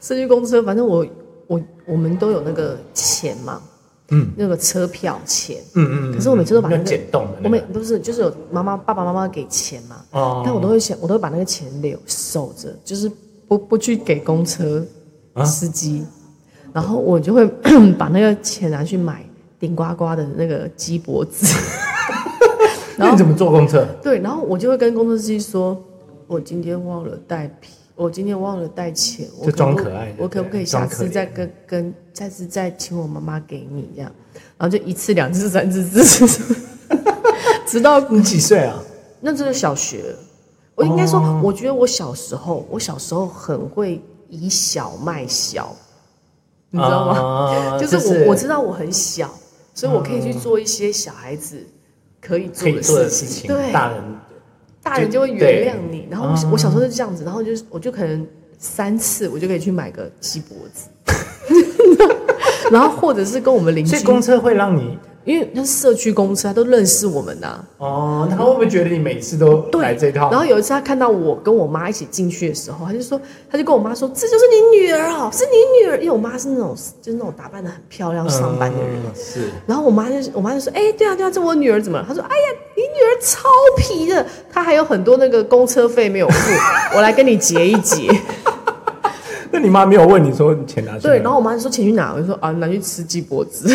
Speaker 2: 社区公车，反正我我我们都有那个钱嘛，
Speaker 1: 嗯，
Speaker 2: 那个车票钱，
Speaker 1: 嗯嗯嗯。
Speaker 2: 可是我每次都把
Speaker 1: 那
Speaker 2: 那
Speaker 1: 个
Speaker 2: 个
Speaker 1: 剪洞的那
Speaker 2: 我
Speaker 1: 个，
Speaker 2: 每不是就是有妈妈爸爸妈妈给钱嘛，
Speaker 1: 哦，
Speaker 2: 但我都会想，我都会把那个钱留守着，就是不不去给公车
Speaker 1: 啊
Speaker 2: 司机，然后我就会 把那个钱拿去买顶呱呱的那个鸡 脖子。
Speaker 1: 那你怎么坐公车？
Speaker 2: 对，然后我就会跟工作司机说，我今天忘了带皮，我今天忘了带钱，我
Speaker 1: 就
Speaker 2: 不
Speaker 1: 装可爱就
Speaker 2: 我可不
Speaker 1: 对
Speaker 2: 可以
Speaker 1: 装
Speaker 2: 下
Speaker 1: 可
Speaker 2: 次
Speaker 1: 怜
Speaker 2: 再跟跟下次再请我妈妈给你这样？然后就一次、两次、三次、四次，直到
Speaker 1: 你几岁啊？
Speaker 2: 那这是小学。我应该说，
Speaker 1: 哦
Speaker 2: 我觉得我小时候，我小时候很会以小卖小，你知道吗？
Speaker 1: 吗
Speaker 2: 就是我、我知道我很小，所以我可以去做一些小孩子可以
Speaker 1: 可
Speaker 2: 做
Speaker 1: 以
Speaker 2: 的
Speaker 1: 做的事
Speaker 2: 事
Speaker 1: 情，
Speaker 2: 情，对，
Speaker 1: 大人
Speaker 2: 大人就会
Speaker 1: 就
Speaker 2: 原谅你。然后我、
Speaker 1: 啊
Speaker 2: 我小时候就这样子，然后就是我就可能三次我就可以去买个鸡脖 子，然后或者是跟我们邻居
Speaker 1: 所以，公车会让你
Speaker 2: 因为那是社区公司，他都认识我们啊呐、
Speaker 1: 哦，他会不会觉得你每次都
Speaker 2: 对
Speaker 1: 来这一套？
Speaker 2: 然后有一次他看到我跟我妈一起进去的时候，他就说，他就跟我妈说，这就是你女儿哦，是你女儿，因为我妈是那种就是那种打扮的很漂亮上班的人。
Speaker 1: 嗯是
Speaker 2: 然后我妈就我妈就说：“哎、对啊对啊，这我女儿怎么了？”她说：“哎呀，你女儿超皮的，她还有很多那个公车费没有付，我来跟你结一结。
Speaker 1: 那你妈没有问你说你钱拿”去哪
Speaker 2: 对，
Speaker 1: 里？
Speaker 2: 然后我妈就说：“钱去哪？”我就说：“啊，拿去吃鸡脖子。”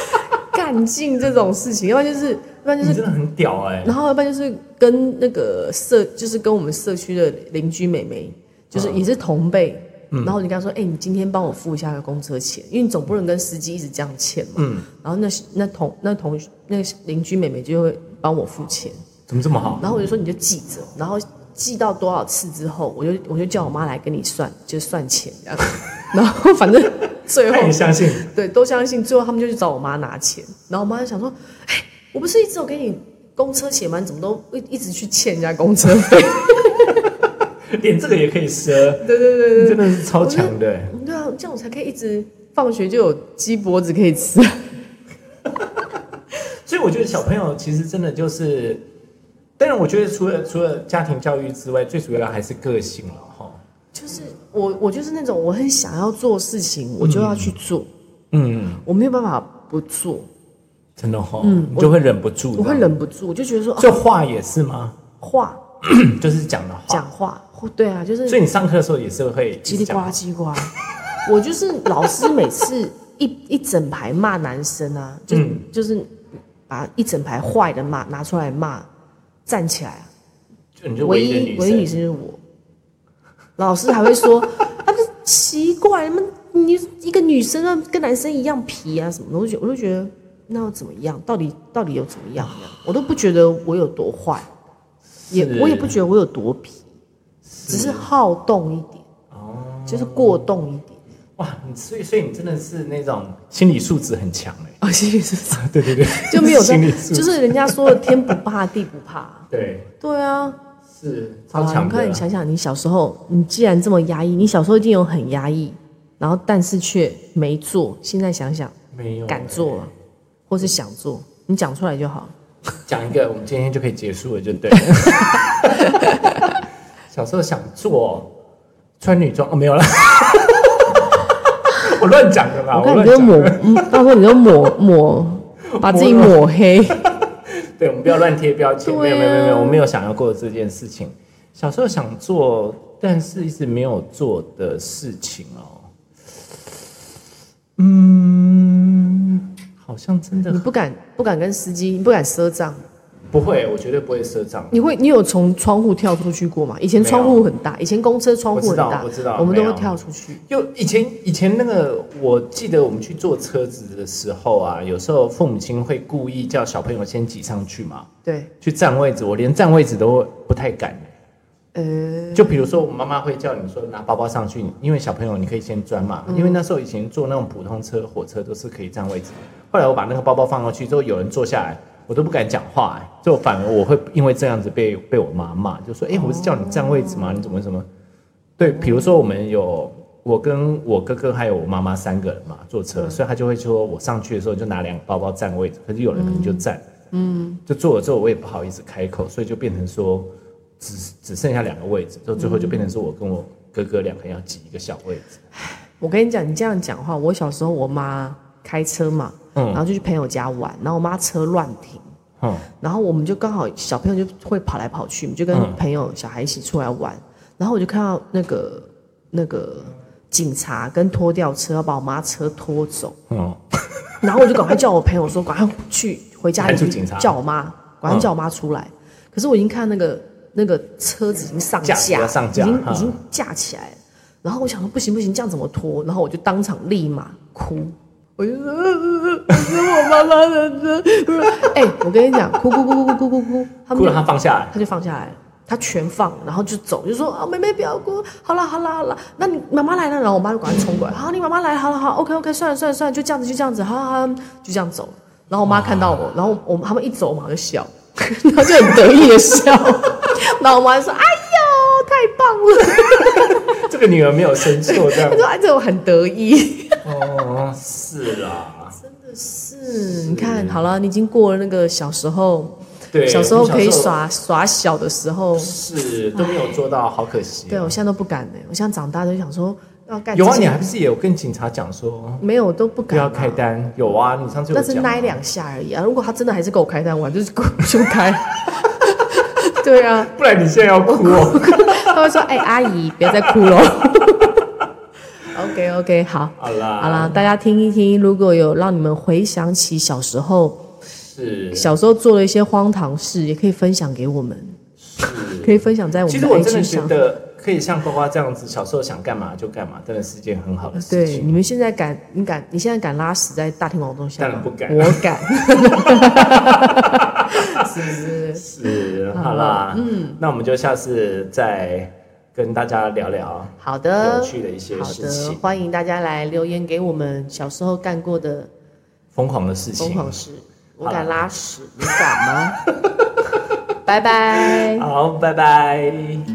Speaker 2: 干尽这种事情，要不然就是，要不然就
Speaker 1: 你
Speaker 2: 是，
Speaker 1: 真的很屌哎、
Speaker 2: 然后要不然就是跟那个社，就是跟我们社区的邻居妹妹，就是也是同辈。然后你跟她说：“哎、你今天帮我付一下个公车钱，因为你总不能跟司机一直这样欠嘛。”
Speaker 1: 嗯，
Speaker 2: 然后那那同那同那邻居妹妹就会帮我付钱，
Speaker 1: 怎么这么好？
Speaker 2: 然后我就说你就记着，然后记到多少次之后，我就我就叫我妈来跟你算，就算钱这样。 然后反正最
Speaker 1: 他
Speaker 2: 后
Speaker 1: 也相信，
Speaker 2: 对都相信，最后他们就去找我妈拿钱，然后我妈就想说，哎，我不是一直有给你公车钱吗？你怎么都一一直去欠人家公 车费？
Speaker 1: 连这个也可以赊，
Speaker 2: 对对对
Speaker 1: 你真的是超强的、欸。
Speaker 2: 对，对啊，这样我才可以一直放学就有鸡脖子可以吃。
Speaker 1: 所以我觉得小朋友其实真的就是，当然我觉得除了除了家庭教育之外，最主要的还是个性了哈。
Speaker 2: 就是我我就是那种我很想要做事情，我就要去做。
Speaker 1: 嗯，
Speaker 2: 我没有办法不做，
Speaker 1: 真的哈，嗯、你就会忍不住，
Speaker 2: 我会。忍不住，我就觉得说、啊、
Speaker 1: 这话也是吗？
Speaker 2: 话
Speaker 1: 就是讲的话。
Speaker 2: 讲话，或对啊，就是
Speaker 1: 所以你上课的时候也是会一
Speaker 2: 叽
Speaker 1: 直
Speaker 2: 里
Speaker 1: 讲
Speaker 2: 呱
Speaker 1: 话
Speaker 2: 啦叽里呱啦。我就是老师每次一一整排骂男生啊，就、就是把一整排坏的骂拿出来骂，站起来啊，
Speaker 1: 就你就
Speaker 2: 唯
Speaker 1: 唯一的
Speaker 2: 一
Speaker 1: 女
Speaker 2: 唯一女
Speaker 1: 生，
Speaker 2: 生就是我。老师还会说，他就奇怪，你们你一个女生啊跟男生一样皮啊什么的，我就觉我就觉得那又怎么样？到底到底有怎么样呢？我都不觉得我有多坏，也
Speaker 1: 是
Speaker 2: 我也不觉得我有多皮，只是好动一点，哦，就是过动一点。
Speaker 1: 哇，你所以所以你真的是那种心理素质很强哎、
Speaker 2: 啊，心理是
Speaker 1: 对对对，
Speaker 2: 就没有在
Speaker 1: 心理，素质，
Speaker 2: 就是人家说的天不怕地不怕，
Speaker 1: 对，
Speaker 2: 对啊，
Speaker 1: 是
Speaker 2: 好
Speaker 1: 超
Speaker 2: 啦
Speaker 1: 强
Speaker 2: 哦你
Speaker 1: 的啊、
Speaker 2: 看，你想想，你小时候，你既然这么压抑，你小时候一定有很压抑，然后但是却没做。现在想想，
Speaker 1: 没有
Speaker 2: 敢做了，或是想做，你讲出来就好。
Speaker 1: 讲一个，我们今天就可以结束了，就 对了小时候想做穿女装，哦，没有了， 我乱讲的啦，
Speaker 2: 我
Speaker 1: 我
Speaker 2: 看你
Speaker 1: 乱
Speaker 2: 就
Speaker 1: 讲
Speaker 2: 抹
Speaker 1: 的。，
Speaker 2: 嗯到时候你就抹 抹，把自己抹黑。
Speaker 1: 对，我们不要乱贴标签，没
Speaker 2: 对啊
Speaker 1: 有没有没有没有，我没有想要过这件事情。小时候想做，但是一直没有做的事情哦，嗯，好像真
Speaker 2: 你
Speaker 1: 的
Speaker 2: 不敢不敢跟司机，你不敢赊账。
Speaker 1: 不会，我绝对不会赊账。
Speaker 2: 你会，你有从窗户跳出去过吗？以前
Speaker 1: 没有
Speaker 2: 窗户很大，以前公车窗户很大，
Speaker 1: 我知道我知道
Speaker 2: 们都会
Speaker 1: 没有
Speaker 2: 跳出去。
Speaker 1: 就以前以前那个，我记得我们去坐车子的时候啊，有时候父母亲会故意叫小朋友先挤上去嘛，
Speaker 2: 对，
Speaker 1: 去占位置。我连占位置都不太敢。
Speaker 2: 呃，
Speaker 1: 就比如说，我妈妈会叫你说拿包包上去，因为小朋友你可以先钻嘛。因为那时候以前坐那种普通车、火车都是可以占位置。后来我把那个包包放上去之后，有人坐下来，我都不敢讲话、哎就反而我会因为这样子被被我妈骂，就说：“哎、我不是叫你占位置吗？你怎么怎么？”对，比如说我们有我跟我哥哥还有我妈妈三个人嘛坐车，所以他就会说我上去的时候就拿两个包包占位置，可是有人可能就占，嗯，就坐了之后我也不好意思开口，所以就变成说只只剩下两个位置，就最后就变成说我跟我哥哥两个人要挤一个小位置，
Speaker 2: 我跟你讲，你这样讲话，我小时候我妈开车嘛，然
Speaker 1: 嗯
Speaker 2: 后就去朋友家玩，然后我妈车乱停，
Speaker 1: 嗯
Speaker 2: 然后我们就刚好小朋友就会跑来跑去，我们就跟
Speaker 1: 嗯
Speaker 2: 朋友小孩一起出来玩，然后我就看到那个那个警察跟拖吊车要把我妈车拖走，
Speaker 1: 嗯，
Speaker 2: 然后我就赶快叫我朋友说，赶快去回家里
Speaker 1: 派出
Speaker 2: 去
Speaker 1: 警察嗯
Speaker 2: 叫我妈，赶快叫我妈出来。可是我已经看那个那个车子已经上
Speaker 1: 架子
Speaker 2: 架，
Speaker 1: 要上架
Speaker 2: 已经
Speaker 1: 嗯
Speaker 2: 已经架起来了。然后我想说不行不行，这样怎么拖？然后我就当场立马哭，我就说，呃呃呃是我妈妈的车。哎、我跟你讲，哭哭哭哭哭哭哭，他
Speaker 1: 哭
Speaker 2: 们
Speaker 1: 了他放下来，
Speaker 2: 他就放下来了，他全放，然后就走，就说啊，妹妹不要哭，好啦好啦好啦，那你妈妈来了，然后我妈就赶快冲过来，好，你妈妈来了，好了好，OK OK，算了算了算了，就这样子就这样子，好好好，就这样走了。然后我妈看到我，然后我们他们一走，我马上就笑， 然后就很得意的笑， 然后我妈就说，哎呦，太棒了，
Speaker 1: 这个女儿没有生 错这样
Speaker 2: 她，说哎，这我很得意。
Speaker 1: 哦，是啦，
Speaker 2: 是，你看好了，你已经过了那个小时候，
Speaker 1: 对，
Speaker 2: 小时候
Speaker 1: 我们
Speaker 2: 可以耍耍小的时候，
Speaker 1: 是都没有做到，好可惜。
Speaker 2: 对我现在都不敢呢、我现在长大就想说要干
Speaker 1: 有啊，
Speaker 2: 这些
Speaker 1: 你还不是也有跟警察讲说
Speaker 2: 没有都不
Speaker 1: 不
Speaker 2: 敢、啊。
Speaker 1: 要开单？有啊，你上次有
Speaker 2: 那
Speaker 1: 讲啊
Speaker 2: 是那两下而已啊。如果他真的还是给我开单，我还就是 就开。对啊，
Speaker 1: 不然你现在要哭哦。
Speaker 2: 他会说：“哎、阿姨，不要再哭了。” OK OK，好，
Speaker 1: 好啦，
Speaker 2: 好啦，，大家听一听，如果有让你们回想起小时候，
Speaker 1: 是
Speaker 2: 小时候做了一些荒唐事，也可以分享给我们，
Speaker 1: 是。
Speaker 2: 可以分享在我
Speaker 1: 其
Speaker 2: 们
Speaker 1: 实
Speaker 2: 的
Speaker 1: 我真的
Speaker 2: IG
Speaker 1: 觉
Speaker 2: 上。
Speaker 1: 得可以像呱呱这样子，小时候想干嘛就干嘛，真的是件很好的事
Speaker 2: 对，
Speaker 1: 情。
Speaker 2: 你们现在敢，你敢，你现在敢拉屎在大庭广众下
Speaker 1: 当
Speaker 2: 吗？
Speaker 1: 然不敢
Speaker 2: 我敢， 是不是？
Speaker 1: 是，好啦，嗯，那我们就下次再跟大家聊聊
Speaker 2: 好
Speaker 1: 有
Speaker 2: 的，
Speaker 1: 趣的一些
Speaker 2: 好
Speaker 1: 事
Speaker 2: 的，
Speaker 1: 情，
Speaker 2: 欢迎大家来留言给我们小时候干过的
Speaker 1: 疯狂的事
Speaker 2: 疯
Speaker 1: 情。
Speaker 2: 狂事。我
Speaker 1: 好
Speaker 2: 敢 拉屎，你敢吗？拜拜。
Speaker 1: 好，拜拜。